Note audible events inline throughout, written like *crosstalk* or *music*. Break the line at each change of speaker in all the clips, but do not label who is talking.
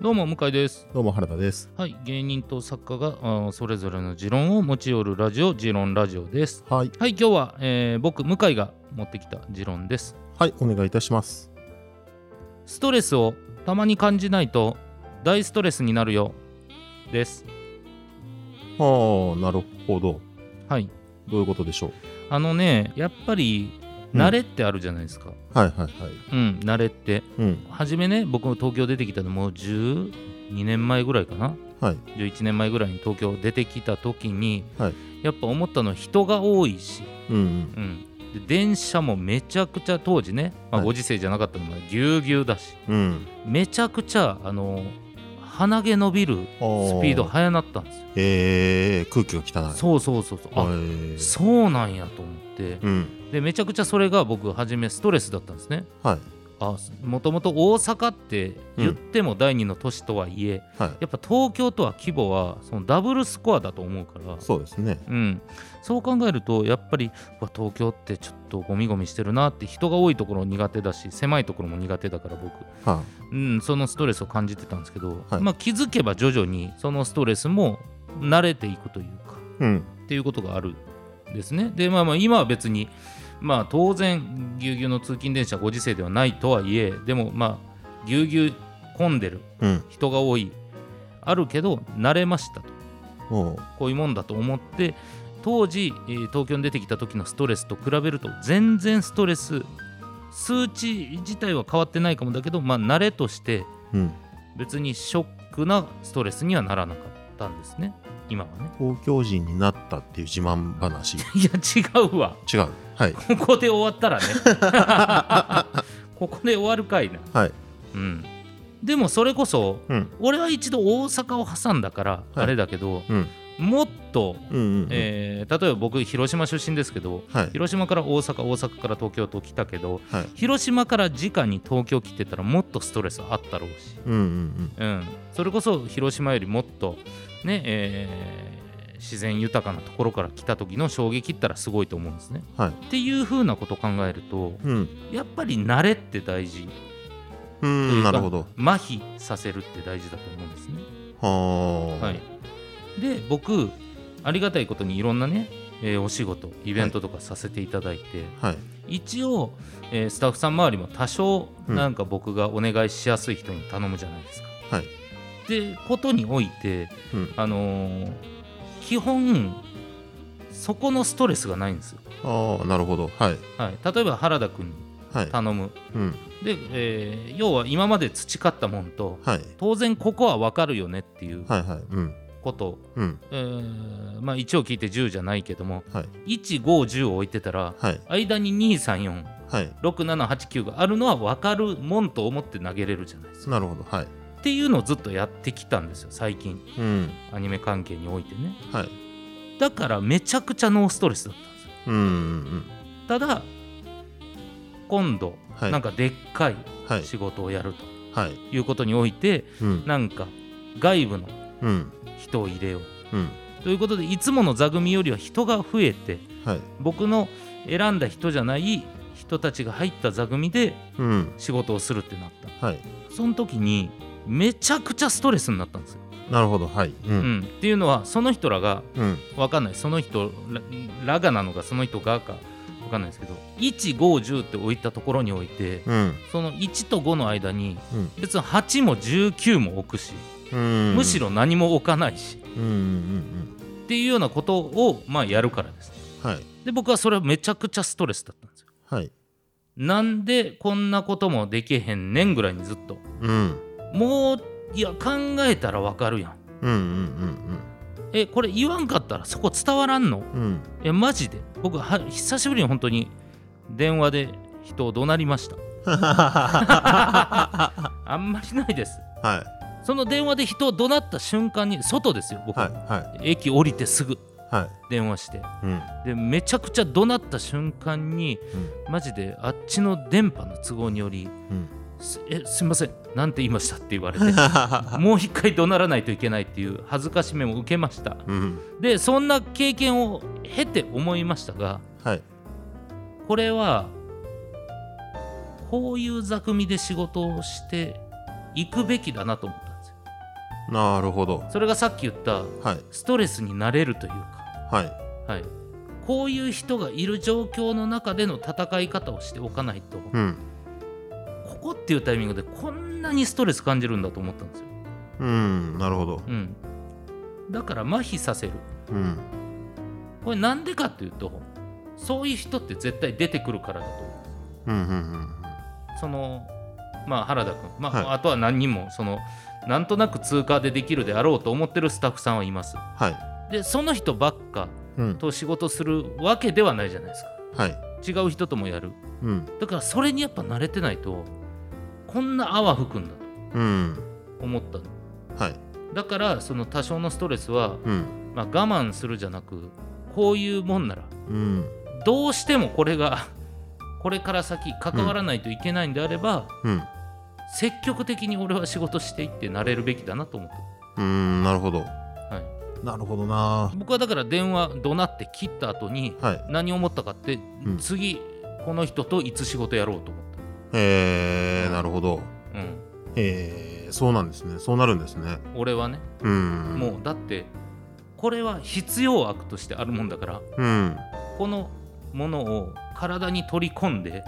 どうも向井です。
どうも原田です。
はい、芸人と作家があーそれぞれの持論を持ち寄るラジオ持論ラジオです。
はい、
はい、今日は、えー僕向井が持ってきた持論です。
はい、お願いいたします。
ストレスをたまに感じないと大ストレスになるよです。
ああ、なるほど。
はい、
どういうことでしょう。
あのね、やっぱり
うん
慣れってあるじゃないですか。
はいはいはい。
うん、慣れって。
うん、
初めね、僕も東京出てきたのもう12年前ぐらいかな。
はい、
11年前ぐらいに東京出てきた時に、
はい
やっぱ思ったのは人が多いし、
うん、うん、
うん、で電車もめちゃくちゃ当時ね、まあ、
はい
ご時世じゃなかったのもぎゅうぎゅうだし、
うん。
めちゃくちゃあの鼻毛伸びる
スピ
スピード速なったんですよ。
ええー、空気が汚い。
そうそうそうそうあ、
えー
そうなんやと思って
うん、
でめちゃくちゃそれが僕初めストレスだったんですね。
はい、
あもともと大阪って言っても第二の都市とはいえ、
はい。
やっぱ東京とは規模はそのダブルスコアだと思うから
そうですね。
うん、そう考えるとやっぱりうわ東京ってちょっとゴミゴミしてるなって人が多いところ苦手だし狭いところも苦手だから僕、
は
うん、そのストレスを感じてたんですけど、
はい
まあ、気づけば徐々にそのストレスも慣れていくというか
い。うん、
っていうことがあるんですね。でまあまあ今は別にまあ当然ぎゅうぎゅうの通勤電車ご時世ではないとはいえでもまあぎゅうぎゅう混んでる
うん、
人が多いあるけど慣れましたと。
おう
こういうもんだと思って当時、えー東京に出てきた時のストレスと比べると全然ストレス数値自体は変わってないかもだけど、まあ、慣れとして
うん。
別にショックなストレスにはならなかったんですね今はね
東京人になったっていう自慢
*laughs*
話。
いや違うわ
違う。はい、
ここで終わったらね *laughs* ここで終わるかいな
はい、
うんでもそれこそ
うん、
俺は一度大阪を挟んだから
はい
あれだけど、
うん、
もっと、
うん、うん。
えー例えば僕広島出身ですけど、
はい、
広島から大阪大阪から東京と来たけど
はい。
広島から直に東京来てたらもっとストレスあったろうし、
うん、うん、
うん、それこそ広島よりもっとね、えー自然豊かなところから来た時の衝撃ったらすごいと思うんですね。
はい
っていう風なことを考えると
うん、うん。
やっぱり慣れって大事
う
とい
ん、
うか
なるほど。
麻痺させるって大事だと思うんですね。
はあ。
はい、で僕ありがたいことにいろんなね、えーお仕事イベントとかさせていただいて。
はい。
一応、えースタッフさん周りも多少
うん
なんか僕がお願いしやすい人に頼むじゃないですか。
はい。
ってことにおいて、
うん
あのー基本そこのストレスがないんですよ。
ああ、なるほど。はい。
はい、例えば原田君に
はい。
頼む。
うん。
で、えー要は今まで培ったもんと
はい。
当然ここは分かるよねっていう
はいはい。うん。
ことを、
うん。
えーまあ、1を聞いて10じゃないけども
はい。
150を置いてたら
はい。
間に234。
はい。
6789があるのは分かるもんと思って投げれるじゃないですか。
なるほど。はい。
っていうのをずっとやってきたんですよ最近
うん。
アニメ関係においてね
はい。
だからめちゃくちゃノーストレスだったんですよ
うんうんうん。
ただ今度、
はい
なんかでっかい
はい。
仕事をやると
はい。
いうことにおいて、
うん。
なんか外部の
うん。
人を入れよう
うん。
ということでいつもの座組よりは人が増えて
はい。
僕の選んだ人じゃない人たちが入った座組で
うん。
仕事をするってなった
はい。
その時にめちゃくちゃストレスになったんですよ。
なるほど。はい。う。
うんん、っていうのはその人らが
うん。
わかんないその人ららがなのかその人がかわかんないですけど150って置いたところにおいて
うん。
その1と5の間に
うん
別に8も19も置くし
うん。
むし
ろ。
ろ何も置かないし
うんうんうん
っていうようなことをまあやるからです。
うん。はい。
で僕はそれはめちゃくちゃストレスだったんですよ。
はい。
なんでこんなこともできへんねんぐらいにずっと
うん。
もういや考えたらわかるやん
うんうんうん
えこれ言わんかったらそこ伝わらんの
うん。うん。
えマジで僕は久しぶりに本当に電話で人を怒鳴りました
*laughs*
あんまりないです
はい。
その電話で人を怒鳴った瞬間に外ですよ僕、
はい。は
駅降りてすぐ
い。はい。
電話して
うん。
でめちゃくちゃ怒鳴った瞬間にマジであっちの電波の都合により
うん。 *laughs*
すえすいませんなんて言いましたって言われて
うん。は
もう一回怒鳴らないといけないっていう恥ずかしめも受けました
うん。
でそんな経験を経て思いましたが
はい。
これはこういう座組で仕事をしていくべきだなと思ったんですよ
なるほど
それがさっき言った
はい
ストレスになれるというか、
はい
はい、こういう人がいる状況の中での戦い方をしておかないと、
うん
ここっていうタイミングでこんなにストレス感じるんだと思ったんですよ。
うんなるほど
うん、だから麻痺させる
うん
これなんでかっていうとそういう人って絶対出てくるからだと思うんです
うんうんうん
そのまあ原田君、まあ
はい
あとは何人もそのなんとなく通過でできるであろうと思ってるスタッフさんはいます
はい
でその人ばっか
うん
と仕事するわけではないじゃないです
はい
か違う人ともやる
うん
だからそれにやっぱ慣れてないとこんな泡吹くんだ
うん
と思ったの
はい
だからその多少のストレスは、
うん
まあ、我慢するじゃなくこういうもんなら
うん
どうしてもこれがこれから先関わらないといけないんであれば、
うん
積極的に俺は仕事していってなれるべきだなと思っ
うんなるほど
た、はい、
なるほどな
僕はだから電話怒鳴って切った後に
はい
何を思ったかって、
ん
次この人といつ仕事やろうと思っ
えー、なるほど
た、うん、
えー、そうなんですねそうなるんですね
俺はね、
うん
もうだってこれは必要悪としてあるもんだから
うん
このものを体に取り込んで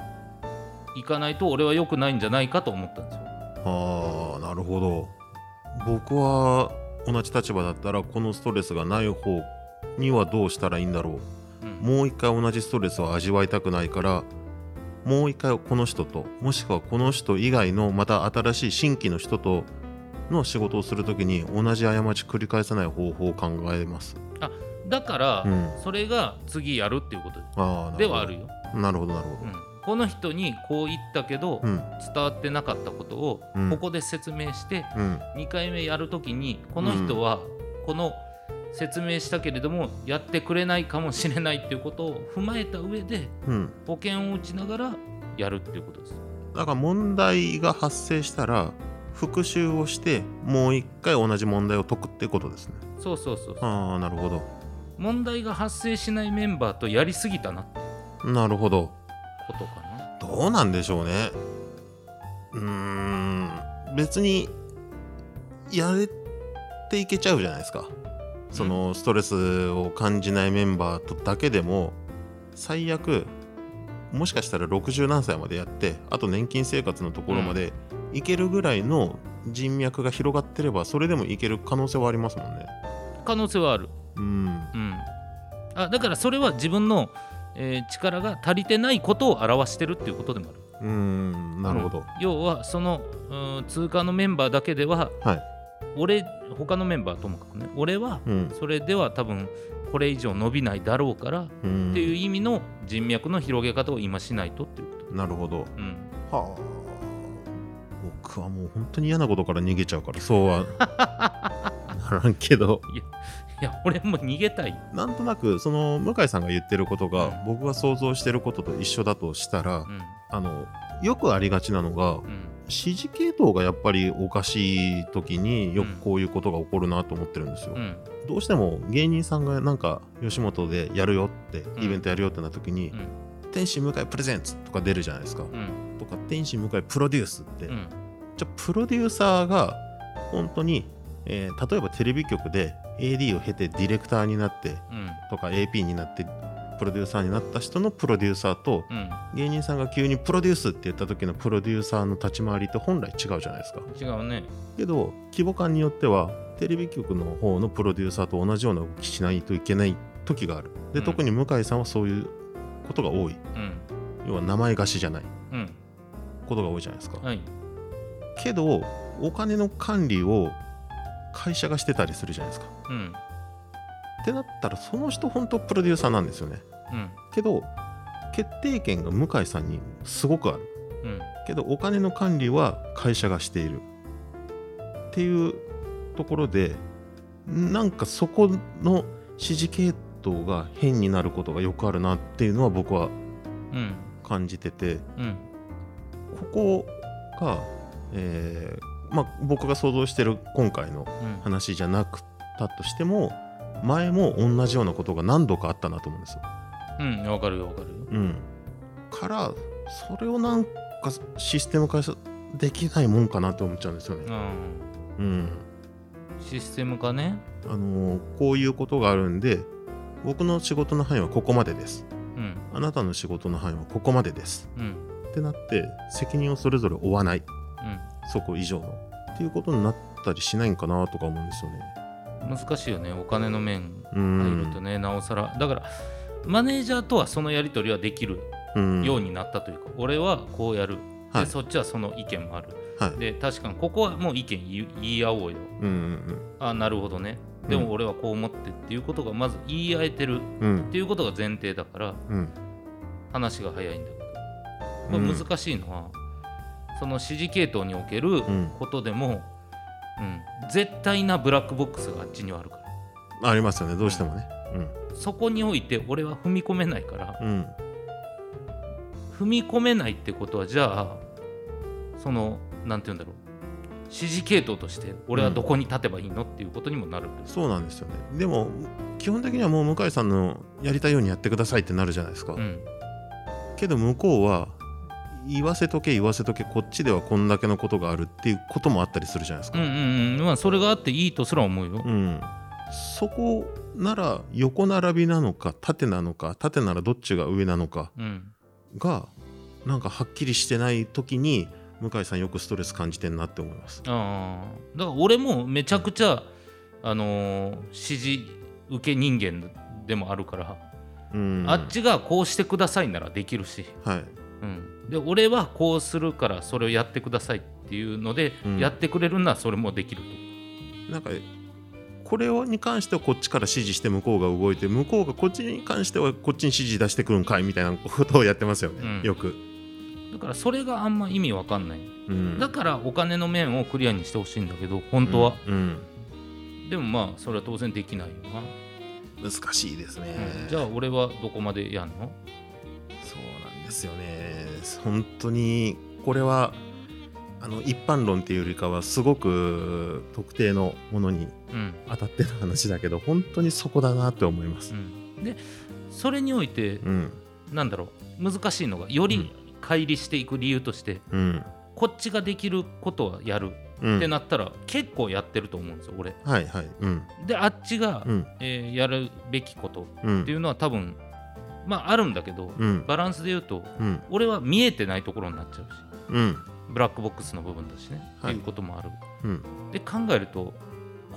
いかないと俺は良くないんじゃないかと思ったんですよ。
ああなるほど僕は同じ立場だったらこのストレスがない方にはどうしたらいいんだろ
うん
うもう一回同じストレスを味わいたくないからもう一回この人ともしくはこの人以外のまた新しい新規の人との仕事をするときに同じ過ち繰り返さない方法を考えます
だから、
うん
それが次やるっていうこと
ああ
ではあるよ、
なるほどなるほ
う
ど
ん、この人にこう言ったけど、
うん
伝わってなかったことを
うん
ここで説明して、
うん
2回目やるときにこの人はこの説明したけれどもやってくれないかもしれないっていうことを踏まえた上で
うん
保険を打ちながらやるっていうことです。
だから問題が発生したら復習をしてもう一回同じ問題を解くってことですね
そうそうそうそう
ああなるほ
問題が発生しないメンバーとやりすぎたなって
どなるほど
ことかな。
どうなんでしょうねうーん別にやれていけちゃうじゃないですかそのストレスを感じないメンバーとだけでも最悪もしかしたら60何歳までやってあと年金生活のところまでいけるぐらいの人脈が広がってればそれでもいける可能性はありますもんね。
可能性はある。
うん、
うん、あだからそれは自分の、えー力が足りてないことを表してるっていうことでもある。
うん、なるほ
うん
ど。
要はそのうん通過のメンバーだけでは
はい。
俺他のメンバーともかくね俺は
うん、
それでは多分これ以上伸びないだろうからっ
うん
ていう意味の人脈の広げ方を今しないとっていうこと。
なるほど。
うん、
はあ僕はもう本当に嫌なことから逃げちゃうからそ
*laughs*
うはならんけど
いや俺も逃げたい。
なんとなくその向井さんが言ってることが僕が想像してることと一緒だとしたら
うん
あのよくありがちなのが
うん
指示系統がやっぱりおかしい時によくこういうことが起こるなと思ってるんですよ、
うん
どうしても芸人さんがなんか吉本でやるよって
ん
イベントやるよってなった時に、
うん
天使向井プレゼンツとか出るじゃないですか、
うん
とか天使向井プロデュースって、
うん
じゃあプロデューサーが本当に、えー例えばテレビ局で AD を経てディレクターになって
うん
とか AP になってプロデューサーになった人のプロデューサーと
うん
芸人さんが急にプロデュースって言った時のプロデューサーの立ち回りって本来違うじゃないですか
違うね。
けど規模感によってはテレビ局の方のプロデューサーと同じような動きしないといけない時があるで、
うん
特に向井さんはそういうことが多い
うん
要は名前貸しじゃない
うん
ことが多いじゃないですか、
はい
けどお金の管理を会社がしてたりするじゃないですか
うん
ってなったらその人本当プロデューサーなんですよね
うん
けど決定権が向井さんにすごくある
うん
けどお金の管理は会社がしているっていうところでなんかそこの指示系統が変になることがよくあるなっていうのは僕は
うん
感じてて
うん
ここが、えーまあ、僕が想像してる今回の
うん
話じゃなくたとしても前も同じようなことが何度かあったなと思うんですよ。
うん、わかるよ、わかるよ。
うん、からそれをなんかシステム化できないもんかなと思っちゃうんですよね。
うん、
うん、
システム化ね
あのこういうことがあるんで僕の仕事の範囲はここまでです
うん
あなたの仕事の範囲はここまでです
うん
ってなって責任をそれぞれ負わないそこ以上のっていうことになったりしないんかなとか思うんですよね
うん難しいよねお金の面
うー
入る
ん
とねなおさらだからマネージャーとはそのやり取りはできる
うん
ようになったというか、俺はこうやるで、
はい
そっちはその意見もある、
はい
で確かにここはもう意見言い言い合おうよ
うん
あなるほどねで
うん
も俺はこう思ってっていうことがまず言い合えてる
うんうん
っていうことが前提だから
うん
話が早いんだけどこ
う
れ
ん
難しいのは、その指示系統における
うん
ことでも、うん、絶対なブラックボックスがあっちにはあるから
ありますよねどうしてもね
そこにおいて俺は踏み込めないから
うんうん
踏み込めないってことはじゃあそのなんて言うんだろう指示系統として俺はどこに立てばいいのっていうことにもなるんです、
そうなんですよねでも基本的にはもう向井さんのやりたいようにやってくださいってなるじゃないですか、
うん
けど向こうは言わせとけ言わせとけこっちではこんだけのことがあるっていうこともあったりするじゃない
う
ですか
ん、うんうんまあそれがあっていいとすら思うよ、
うん、そこなら横並びなのか縦なのか縦ならどっちが上なのか
うん
がなんかはっきりしてない時に向井さんよくストレス感じてんなって思います。
ああだから俺もめちゃくちゃ、あのー指示受け人間でもあるから、
うん、
あっちがこうしてくださいならできるし、
はい、
うん、で俺はこうするからそれをやってくださいっていうので、
うん
やってくれるならそれもできると
なんかこれに関してはこっちから指示して向こうが動いて向こうがこっちに関してはこっちに指示出してくるんかいみたいなことをやってますよね、
うん
よく、
だからそれがあんま意味わかんない
うん
だからお金の面をクリアにしてほしいんだけど本当は、、
うん
でもまあそれは当然できないよな、
うん難しいですね、
うんじゃあ俺はどこまでやんの
そうなんですよね本当にこれはあの一般論っていうよりかはすごく特定のものに
うん、
当たってる話だけど本当にそこだなって思います
う。ん、でそれにおいて
うん、
なんだろう難しいのがより乖離していく理由として、
うん、
こっちができることはやる
うん
ってなったら、結構やってると思うんですよ俺
はいはい、うん、
であっちが、
うん、
えーやるべきこと
うん、
っていうのは多分まああるんだけど、
うん、
バランスで言うと
うん、
俺は見えてないところになっちゃうし
うん、
ブラックボックスの部分だしね、
は
っ
い
ていうこともある
うん、
で考えると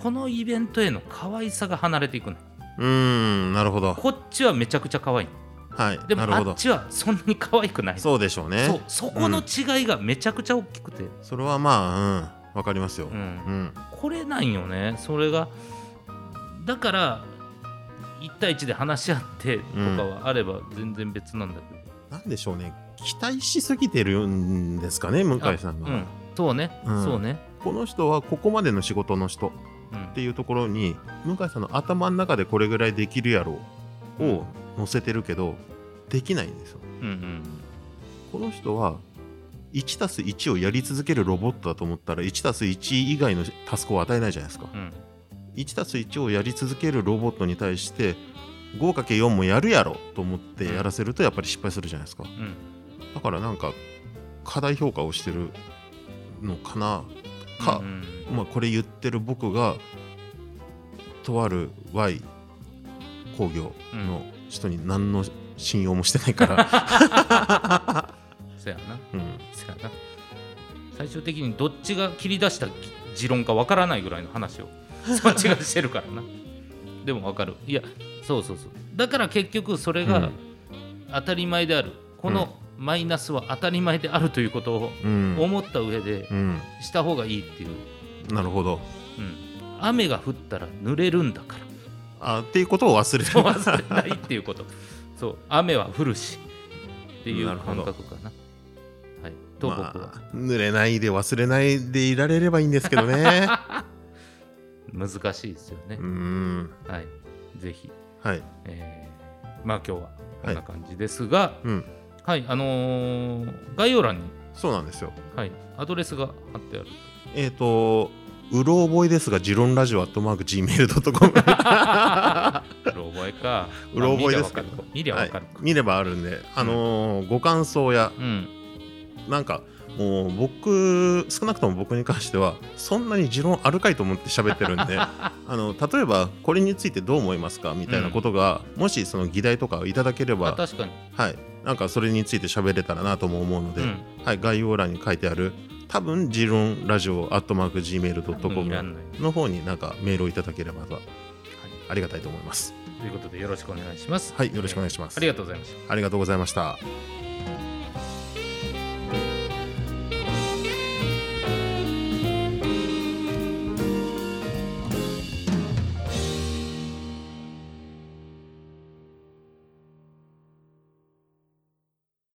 このイベントへの可愛さが離れていくの
うん、なるほど。
こっちはめちゃくちゃ可愛い
はい、
でも
なる
あ
ほ
っ
ど。
ちはそんなに可愛くない
そうでしょうね。
そうそこの違いがめちゃくちゃ大きくて、
それはまあ、うん、わかりますよ
う。
うんん、
これなんよねそれがだから1対1で話し合ってとかはあれば全然別なんだけど、
なんでしょうね。期待しすぎてるんですかね、向井さんが。
うん、そうね、
うん
そうね、
この人はここまでの仕事の人
う
っ
ん
ていうところに向井さんの頭の中でこれぐらいできるやろうを載せてるけどできないんですよ
うんうん
この人は 1+1 をやり続けるロボットだと思ったら 1+1 以外のタスクを与えないじゃないですか
うん
1+1 をやり続けるロボットに対して 5×4 もやるやろと思ってやらせるとやっぱり失敗するじゃないですか
うん
だからなんか過大評価をしてるのかなか、
うん
まあ、これ言ってる僕がとある Y 工業の人に何の信用もしてな
*laughs*
いから、
そやな
うん
そやな最終的にどっちが切り出した持論かわからないぐらいの話をそっちがしてるからなでもわかるいやそうそうそうだから結局それ
う
が
ん
当たり前である、このマイナスは当たり前であるということを
うん
思った上で
うん
した方がいいっていう、
なるほど
うん、雨が降ったら濡れるんだから
あっていうことを忘
*laughs*
れる
忘れないっていうこと
*laughs*
そう雨は降るしってい
な
う
るほど
感覚かなはいと僕は、
まあ濡れないで忘れないでいられればいいんですけど
*laughs*
ね
難しいですよね
う、ん
はいぜひ、
はい
えーまあ今日はこんな感じですが
うん
はい、あのー概要欄に、
そうなんですよ
はい、アドレスが貼ってある
えっ、とうろ覚えですが、ジロンラジオアットマーク
*laughs*
Gmail.com。
うろ覚えか
*laughs* うろ覚えです
か
け
ら
ど
見りゃわかるか、
見ればあるんで、あのーご感想や
うん
なんかもう僕少なくとも僕に関してはそんなに持論あるかいと思って喋ってる
*laughs*
んであの例えばこれについてどう思いますかみたいなことが、もしその議題とかをいただけれ
あ
ば、
確かに、
はい、なんかそれについて喋れたらなとも思うので、
うん
はい、概要欄に書いてある多分持論ラジオ
うんいら
Gmail.com
んない
の方になんかメールをいただければありがたいと思います。
ということでよろしくお願いします
はい、よろしくお願いします。
ありがとうございました
ありがとうございました。